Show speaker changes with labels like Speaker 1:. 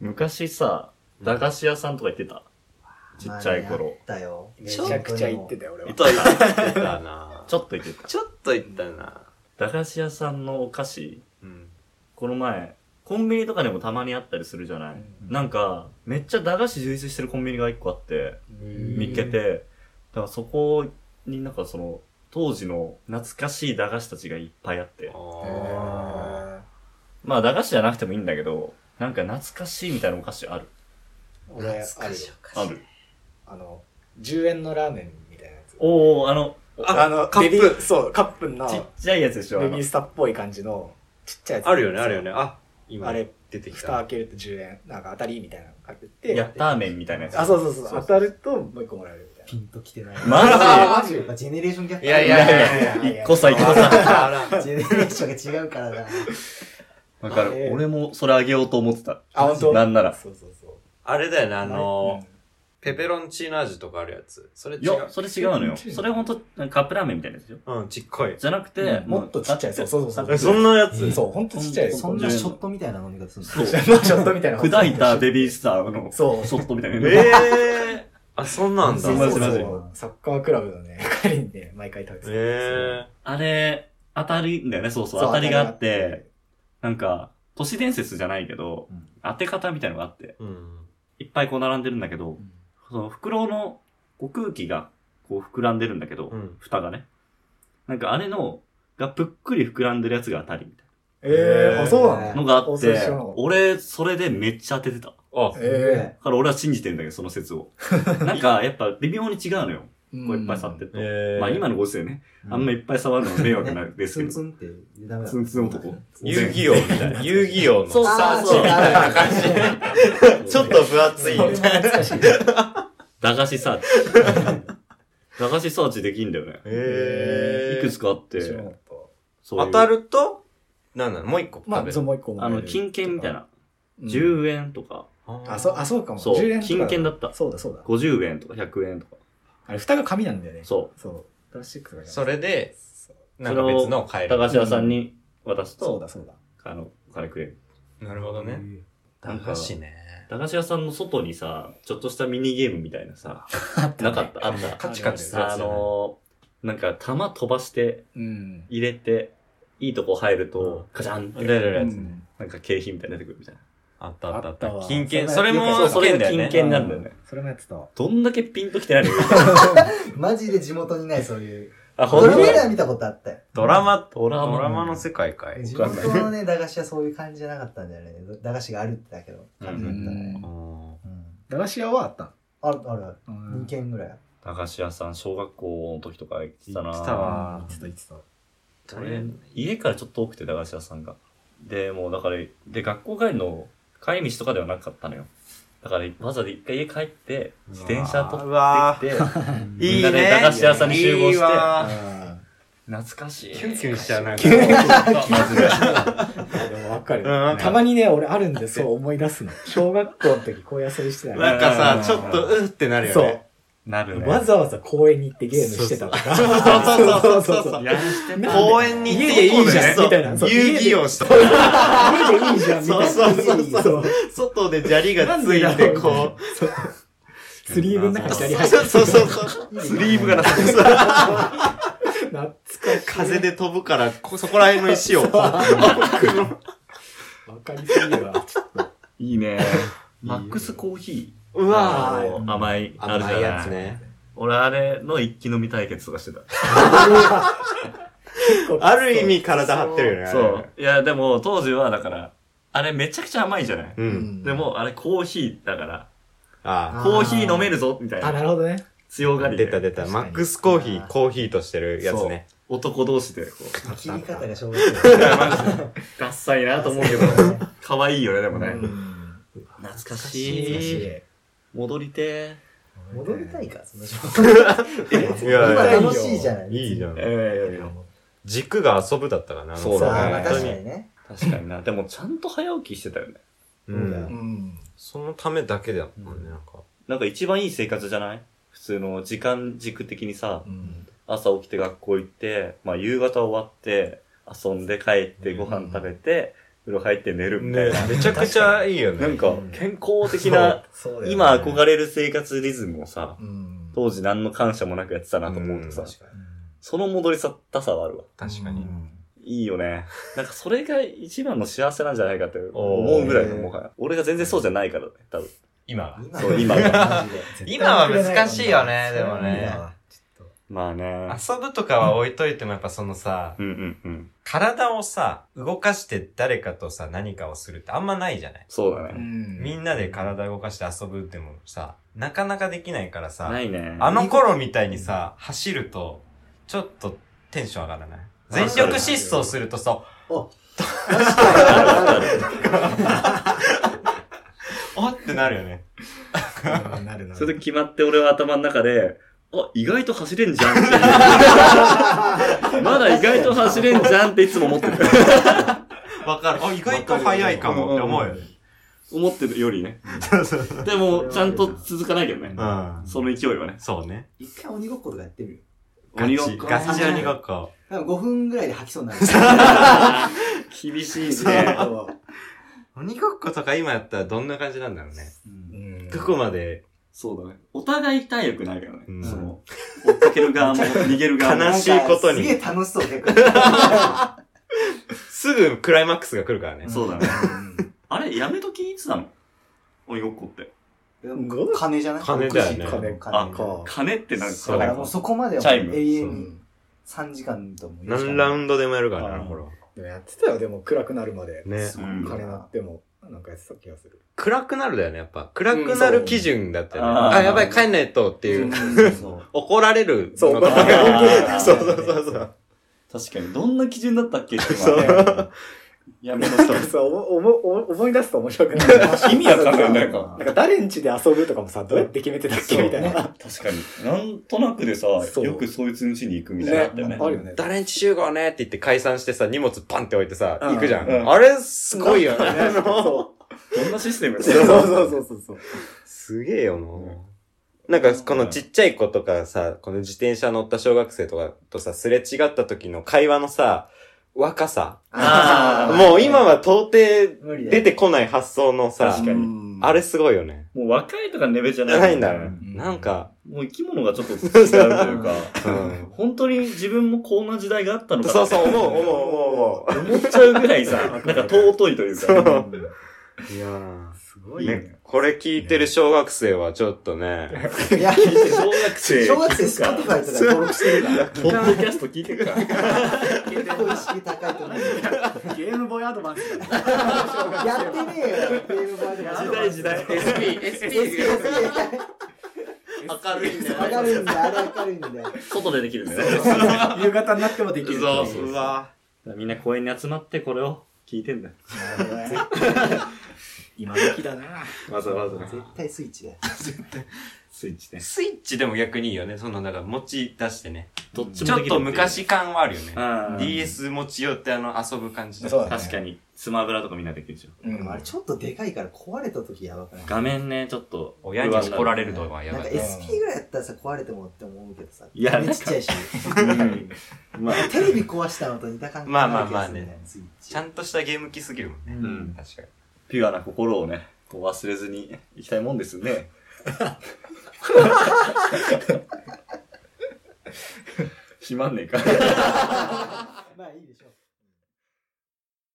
Speaker 1: 昔さ、駄菓子屋さんとか行ってた。ちっちゃい
Speaker 2: まあね
Speaker 1: 頃。
Speaker 2: あったよ。
Speaker 3: めちゃくちゃ行ってたよ、俺は
Speaker 4: っ。と行ってたな
Speaker 1: ちょっと行ってた。
Speaker 4: ちょっと行ったな
Speaker 1: 駄菓子屋さんのお菓子、
Speaker 4: うん。
Speaker 1: この前、コンビニとかでもたまにあったりするじゃない、なんか、めっちゃ駄菓子充実してるコンビニが一個あって、見つけて、だからそこになんかその、当時の懐かしい駄菓子たちがいっぱいあって。
Speaker 4: あ
Speaker 1: まあ駄菓子じゃなくてもいいんだけど、なんか懐かしいみたいなお菓子ある。
Speaker 4: ー
Speaker 3: 俺、あるよ。
Speaker 1: ある。
Speaker 3: あの、10円のラーメンみたいなやつ。
Speaker 1: おー、あの、
Speaker 3: あの、
Speaker 4: カップ
Speaker 3: ベビーそう、カップの
Speaker 1: ちっちゃいやつでしょあ
Speaker 3: ベ
Speaker 1: の
Speaker 3: ビースターっぽい感じの、ちっちゃいやつ。
Speaker 4: あるよね、あるよね。あ、今、
Speaker 3: あれ
Speaker 4: 出てき
Speaker 3: 蓋開
Speaker 4: た。
Speaker 3: けると10円、なんか当たりみたいなのかけて。
Speaker 1: やったーめんみたいなやつ。
Speaker 3: あ、そうそうそう。当たるともう一個もらえるみ たい
Speaker 2: ピンときてない。
Speaker 1: マジ
Speaker 2: あ
Speaker 3: マジ
Speaker 2: やっぱジェネレーションギャップ。
Speaker 4: いやいやいや
Speaker 3: いやいやいや
Speaker 1: 一個さ、一個さ。
Speaker 4: あら。
Speaker 2: ジェネレーションが違うか らな。
Speaker 1: わか
Speaker 3: あれ
Speaker 1: る。俺もそれあげようと思ってた。
Speaker 3: あ本当
Speaker 1: なんな
Speaker 3: な。
Speaker 1: ら。
Speaker 3: そうそうそう。
Speaker 4: あれだよね、あの
Speaker 3: うん、
Speaker 4: ペペロンチーノ味とかあるやつ。それ違
Speaker 1: いうや、。それ違うのよ。それほんと、カップラーメンみたいなやつでしょ
Speaker 4: うん、ちっこい。
Speaker 1: じゃなくて、
Speaker 3: うんもっとちっちゃい
Speaker 1: だて
Speaker 3: そうそうそう
Speaker 1: だって
Speaker 4: そんなやつ
Speaker 3: そう、ほんとちっちゃいよ。
Speaker 2: そんなショットみたいな飲み方する
Speaker 1: そう
Speaker 2: の。
Speaker 3: ショットみたいな。
Speaker 1: 砕いたベビースターの
Speaker 3: そう
Speaker 1: ソフトみたいな。
Speaker 4: ええあ、そんなんだ
Speaker 3: そ。う
Speaker 1: マジ
Speaker 3: そ
Speaker 1: マジ
Speaker 3: うサッカークラブのね、 帰りにね、毎回食べてた。
Speaker 4: え
Speaker 1: あれ、当たりんだよね、そうそう。
Speaker 3: そう
Speaker 1: 当たりがあって、なんか、都市伝説じゃないけど、
Speaker 2: うん
Speaker 1: 当て方みたいのがあって、
Speaker 4: えうん。
Speaker 1: いっぱいこう並んでるんだけど、その袋のこう空気がこう膨らんでるんだけど、
Speaker 4: うん
Speaker 1: 蓋がね。なんかあれの、がぷっくり膨らんでるやつが当たりみたい
Speaker 3: えー、あ、そうなの
Speaker 1: なのがあっ
Speaker 3: そう
Speaker 1: て
Speaker 3: 知らなかっ、た
Speaker 1: 俺、それでめっちゃ当ててた。だ
Speaker 4: あ、
Speaker 3: え
Speaker 1: から俺は信じてんだけど、その説 を。なんか、やっぱ微妙に違うのよ。
Speaker 3: ー。
Speaker 1: こういっぱい触ってると。
Speaker 4: え
Speaker 1: まあ今のご時世ね、あんまいっぱい触るのは迷惑なんです
Speaker 2: ツ
Speaker 1: け
Speaker 2: ン
Speaker 1: ど。
Speaker 2: ツンってダメだ。
Speaker 1: ツンツン男。
Speaker 4: 遊戯王みたいな。遊戯王の。
Speaker 1: そう
Speaker 2: あ
Speaker 1: そ
Speaker 2: ー
Speaker 1: うそう
Speaker 2: 違う
Speaker 4: ちょっと分厚い。
Speaker 1: 駄菓子サーチ。駄菓子サーチできんだよね。
Speaker 4: え
Speaker 1: いくつかあって、
Speaker 3: 知らなかっ
Speaker 1: そういう
Speaker 4: 当たると、なんなのもう一個
Speaker 3: た。まあ、そう
Speaker 4: 食
Speaker 3: もう一個もら
Speaker 1: あ
Speaker 3: える
Speaker 1: の、金券みたい。な。
Speaker 3: うん
Speaker 1: 10円とか、
Speaker 4: べ
Speaker 3: あ、そう、あ、そうかも。
Speaker 1: そう
Speaker 3: 10円とか
Speaker 1: 金券だった
Speaker 3: そうだ、そうだ。
Speaker 1: 50円とか100円とか。
Speaker 3: あれ、蓋が紙なんだよね。。
Speaker 1: そう
Speaker 3: そう。プラスチックとかじゃ
Speaker 4: それで、
Speaker 3: そう
Speaker 4: なんか別のを変え
Speaker 1: 駄
Speaker 4: る。
Speaker 1: 菓子屋さんに渡す
Speaker 3: そう
Speaker 1: と、
Speaker 3: だ、そうだ。
Speaker 1: あの、お金くれる。
Speaker 4: なるほどね。
Speaker 1: なんか
Speaker 4: 駄菓子ね。
Speaker 1: 駄菓子屋さんの外にさ、ちょっとしたミニゲームみたいなさ、なかった、あった。
Speaker 4: カチカチするやつ
Speaker 1: あ
Speaker 4: じゃない。
Speaker 1: のー、なんか弾飛ばして
Speaker 3: うん。
Speaker 1: 入れて、いいとこ入ると、カチャンって、
Speaker 4: 出るやつ
Speaker 3: う
Speaker 4: ね。
Speaker 3: ん
Speaker 1: なんか景品みたいに出てくるみたいな。
Speaker 4: あったあったあ
Speaker 3: あ
Speaker 4: っ
Speaker 3: った
Speaker 4: た。
Speaker 3: わ
Speaker 4: 金券、
Speaker 3: そ
Speaker 4: そ
Speaker 3: れ
Speaker 4: れ
Speaker 3: よ
Speaker 4: も、
Speaker 1: くそれ
Speaker 4: 券だよね
Speaker 1: 金券なんだよね。
Speaker 3: それもやってたわ。
Speaker 1: どんだけピンときてないの
Speaker 2: マジで地元にない、そういう。
Speaker 1: あ、ほ
Speaker 2: ド
Speaker 1: ん
Speaker 2: ラ
Speaker 1: と
Speaker 2: マでは見たことあったよ。
Speaker 4: ドラマ、
Speaker 1: ドラマ
Speaker 4: ドラマの世界かい。
Speaker 2: 地元のね、駄菓子はそういう感じじゃなかったんだよね。駄菓子があるってだけど、感じだったね
Speaker 3: うん。
Speaker 4: うん
Speaker 2: うん
Speaker 3: 駄菓子屋はあった
Speaker 2: あるあるある。
Speaker 3: の
Speaker 2: 2軒ぐらいある。
Speaker 1: 駄菓子屋さん、小学校の時とか行ってたな
Speaker 4: 行ってたわ
Speaker 3: 言ってた、言ってた。
Speaker 1: 俺家からちょっと多くて、駄菓子屋さんが。で、もうだから、で、学校帰りの帰り道とかではなかったのよ。だから、わざわざ一回家帰って、自転車取
Speaker 4: うわ
Speaker 1: ってきて、
Speaker 4: ー
Speaker 1: みんなで駄菓子屋さんに集合して
Speaker 4: いいわー
Speaker 3: あ
Speaker 1: 懐かしい。
Speaker 4: キュンキュンしちゃうなんか。
Speaker 1: マジで。
Speaker 3: あ、でもわかる
Speaker 4: うん。
Speaker 3: たまにね、俺あるんで、そう思い出すの。小学校の時、こういう遊びしてた
Speaker 4: なん
Speaker 3: ら。
Speaker 4: かさ、ちょっと、うーってなるよね。
Speaker 1: なるね。
Speaker 3: わざわざ公園に行ってゲームしてたとか。そう
Speaker 4: そうそうそうそう
Speaker 3: そう
Speaker 4: そう。
Speaker 1: やらしてた。
Speaker 4: 公園に行って
Speaker 3: 家でいいじゃん
Speaker 4: そう
Speaker 3: みたいなそう
Speaker 4: 遊戯王した。
Speaker 3: 家でいいじゃん、みたいな。
Speaker 4: そうそうそうそう
Speaker 3: そう。
Speaker 4: 外で砂利がついて、こう。
Speaker 3: スリーブの中に砂利入って
Speaker 4: そうそうそう。スリーブがそうそう
Speaker 3: 懐かしい。
Speaker 4: 風で飛ぶから、こそこら辺の石を。
Speaker 3: わかりすぎるわ。
Speaker 1: いいね。マックスコーヒ
Speaker 4: う
Speaker 1: ー。
Speaker 4: わ
Speaker 1: あの甘い、あるじゃな
Speaker 4: 甘
Speaker 1: いい
Speaker 4: やつね。
Speaker 1: 俺、あれの一気飲み対決とかしてた。
Speaker 4: ある意味体張ってるよね。あれ
Speaker 1: そう。。いや、でも、当時は、だから、あれめちゃくちゃ甘いじゃない、
Speaker 4: うん。
Speaker 1: で、も、あれコーヒーだから、
Speaker 4: あ
Speaker 1: コーヒー飲めるぞみたい
Speaker 3: あ、
Speaker 1: な。
Speaker 3: なるほどね。
Speaker 1: 強が
Speaker 4: あ。
Speaker 1: り
Speaker 4: 出
Speaker 1: で。
Speaker 4: た出た。
Speaker 3: 確か
Speaker 4: マ
Speaker 3: に
Speaker 4: ックスコーヒー、コーヒーとしてるやつね。
Speaker 1: そう。男同士で、こ
Speaker 2: 切り方が正 直
Speaker 1: う。ダッサいなと思うけど、可愛いよね、でもね。
Speaker 3: うん
Speaker 1: 懐か
Speaker 3: 懐かし
Speaker 1: しい。
Speaker 3: い
Speaker 1: 戻りて
Speaker 2: 戻りたいか、その状
Speaker 4: い
Speaker 2: 況。今
Speaker 4: やい
Speaker 2: 楽しいじゃない。
Speaker 4: や、いいじゃ
Speaker 1: ー。
Speaker 4: ん
Speaker 1: え
Speaker 4: 軸が遊ぶだったかな。
Speaker 1: そう
Speaker 2: さ
Speaker 1: だ
Speaker 2: あ、
Speaker 1: ね
Speaker 2: まあ
Speaker 4: 本当
Speaker 2: 確
Speaker 4: に
Speaker 2: かにね。
Speaker 1: 確かにな。でも、ちゃんと早起きしてたよね。
Speaker 4: う
Speaker 2: そうだよ
Speaker 4: ん。
Speaker 3: うん。
Speaker 4: そのためだけだもんね、なんか。
Speaker 1: なんか一番いい生活じゃない普通の時間軸的にさ
Speaker 3: う、ん
Speaker 1: 朝起きて学校行って、まあ夕方終わって、遊んで帰ってご飯食べて、風呂入って寝るみたい
Speaker 4: ね
Speaker 1: な。
Speaker 4: めちゃくちゃいいよね。
Speaker 1: なんか、健康的な、
Speaker 2: そうだよね
Speaker 1: 今憧れる生活リズムをさ、
Speaker 2: うん。
Speaker 1: 当時何の感謝もなくやってたなと思うとさ、
Speaker 4: うん
Speaker 2: 確か
Speaker 1: その戻りさったさはあるわ。
Speaker 4: 確か
Speaker 2: に。
Speaker 4: に。
Speaker 1: いいよね。なんかそれが一番の幸せなんじゃないかって思うぐらいの
Speaker 2: おー
Speaker 1: もはや。俺が全然そうじゃないからね、多分。
Speaker 5: 今は。
Speaker 1: そう今は
Speaker 2: マジで絶対
Speaker 5: 今は難しいよね
Speaker 2: それは
Speaker 5: でもね
Speaker 2: 無理だわちょっ
Speaker 1: まあね。
Speaker 4: 遊ぶとかは置いといてもやっぱそのさ、
Speaker 1: うんうんうん。
Speaker 4: 体をさ、動かして誰かとさ、何かをするってあんまないじゃない
Speaker 1: そうだ
Speaker 2: と
Speaker 1: ね。
Speaker 4: みんなで体動かして遊ぶってもさ、なかなかできないから
Speaker 1: な
Speaker 4: さ、
Speaker 1: いね。
Speaker 4: あの頃みたいにさ、走ると、ちょっとテンション上がらない。全力疾走するとさ、おってなるよね。
Speaker 3: うんなるな
Speaker 1: それで
Speaker 3: る。
Speaker 1: 決まって俺は頭の中で、あ、意外と走れんじゃんっていう。ま だ意外と走れんじゃんっていつも思ってる。
Speaker 4: わかる。あ、意外と早いかもって思うよね。
Speaker 1: 思ってるよりね。
Speaker 4: そうそうそう。
Speaker 1: でも、ちゃんと続かないけどね
Speaker 3: う。
Speaker 4: うん。
Speaker 1: その勢いはね。
Speaker 4: そうね。
Speaker 2: 一回鬼ごっことかやってみる。
Speaker 4: ガ
Speaker 1: 鬼
Speaker 4: チ
Speaker 1: ごっこ、
Speaker 4: ガチ鬼ごっこ。
Speaker 2: 多分5分ぐらいで吐きそうになる。
Speaker 1: 厳しいね。
Speaker 4: 鬼ごっことか今やったらどんな感じなんだろうね。
Speaker 2: うん
Speaker 3: うん
Speaker 4: どこまで、
Speaker 1: そうだね。お互い体力ないからね。
Speaker 4: うん
Speaker 1: その、追っかける側も、逃げる側も。
Speaker 4: 悲しいことに
Speaker 2: すげえ楽しそう、結構。
Speaker 4: すぐクライマックスが来るからね。
Speaker 1: そうだね。あれ、やめときいつなの鬼ごっこって。
Speaker 2: 金じゃない
Speaker 4: 金だよね
Speaker 2: 金
Speaker 1: あ
Speaker 2: か。
Speaker 1: 金ってなんか、
Speaker 4: そ
Speaker 2: だからもうそこまではもう
Speaker 1: チャイム
Speaker 2: 永遠に3時間とも
Speaker 4: 何ラウ
Speaker 2: ン
Speaker 4: ンドでもやるからね、あの頃。
Speaker 3: でもやってたよ、でも暗くなるまで。
Speaker 4: ね。
Speaker 1: うん
Speaker 3: 金なっても、なんかやってた気がする。
Speaker 4: 暗くなるだよね、やっぱ。暗くなる基準だったよね。
Speaker 1: うんそう
Speaker 4: あやばい、帰んないとっていう。
Speaker 2: そう。
Speaker 4: 怒られる。
Speaker 3: そう
Speaker 4: のが
Speaker 3: 怒ら
Speaker 1: れる
Speaker 4: そうそうそうそう。
Speaker 1: 確かに、どんな基準だったっけって。
Speaker 3: そう
Speaker 1: まあやめの人。
Speaker 3: そう、おもおも思い出すと面白くなる。
Speaker 1: 意味わかんないなんか。
Speaker 3: なんか誰ん家で遊ぶとかもさ、どうやって決めてたっけみたいな。
Speaker 1: 確かに。なんとなくでさ、
Speaker 3: そう
Speaker 1: よくそいつん家に行くみたいなのあったよね。
Speaker 3: あるよね。
Speaker 4: 誰んち集合ねって言って解散してさ、荷物パンって置いてさ、
Speaker 3: うん
Speaker 4: 行くじゃ。
Speaker 1: うんん
Speaker 4: あれ、すごいよね。
Speaker 3: ねそ
Speaker 1: どんなシステム
Speaker 3: う
Speaker 1: だ
Speaker 3: そうそうそうそうそう。
Speaker 4: すげえよな。なんか、このちっちゃい子とかさ、この自転車乗った小学生とかとさ、すれ違った時の会話のさ、若さ。
Speaker 1: あー
Speaker 4: もう今は到底
Speaker 2: 無理だよ
Speaker 4: 出てこない発想のさ
Speaker 1: 確、かに
Speaker 2: うん
Speaker 4: あれすごいよね。
Speaker 1: もう若いとかレベルじゃない。
Speaker 4: ないんだろうね。
Speaker 2: ん
Speaker 4: なんか、
Speaker 1: もう生き物がちょっと違うというか、
Speaker 4: うん。
Speaker 1: 本当に自分もこんな時代があったのかな
Speaker 4: そうそう、思う、思う、思う、
Speaker 1: 思っちゃうぐらいさ、なんか尊いという
Speaker 4: そ
Speaker 1: か。
Speaker 4: う思う。いやー
Speaker 3: すごいよね。
Speaker 4: これ聞いてる小学生はちょっとね、
Speaker 2: いや、
Speaker 1: 小学生。
Speaker 2: 小学生スカティファイとか登録してるから、
Speaker 1: ポッドキャスト聞いてるか。
Speaker 2: 結構意識高いと思う。
Speaker 3: ゲームボーイアドバンスだね
Speaker 2: やってねえよ、ゲームバージョン。
Speaker 1: 時代時代。
Speaker 5: SP、SP 明るいんだ
Speaker 2: 明るいんだよ、あれ明るいんだよ。
Speaker 1: 外でできるんだよね。
Speaker 3: 夕方になってもできる。
Speaker 1: そうそう みんな公園に集まってこれを聞いてんだよ。
Speaker 3: 今時だな。
Speaker 1: わざわざ。
Speaker 2: 絶対スイッチだよ。
Speaker 1: スイッチね。
Speaker 4: スイッチでも逆にいいよね。その、だから持ち出してね。
Speaker 1: どっちもできる
Speaker 4: ちょ
Speaker 1: て
Speaker 4: っ
Speaker 1: いう
Speaker 4: と昔。感はあるよね。
Speaker 1: うん。
Speaker 4: DS 持ち寄ってあの、遊ぶ感じ
Speaker 3: そう
Speaker 1: 確かに、スマブラとかみんなできるでしょ。
Speaker 2: でもあれちょっとでかいから壊れた時やばくない
Speaker 1: 画面ね、ちょっと。
Speaker 4: 親に怒ら
Speaker 1: れ
Speaker 4: れるとはや
Speaker 2: な
Speaker 4: ば
Speaker 2: んか
Speaker 4: い。
Speaker 2: SP ぐらいやったらさ、壊れてもって思うけどさ。
Speaker 1: いや
Speaker 2: めっちゃちっちゃいし。
Speaker 1: まあ、
Speaker 2: テレビ壊したのと似た感じ
Speaker 4: まあまあまあね
Speaker 2: になる気がするんだよね。スイ
Speaker 4: ちゃんとしたゲーム機すぎるもんね。
Speaker 1: うん。
Speaker 4: 確かに。
Speaker 1: ピュアな心をね、こう忘れずにいきたいもんですね。 しまんねえか。
Speaker 2: ッチまあいいでしょう。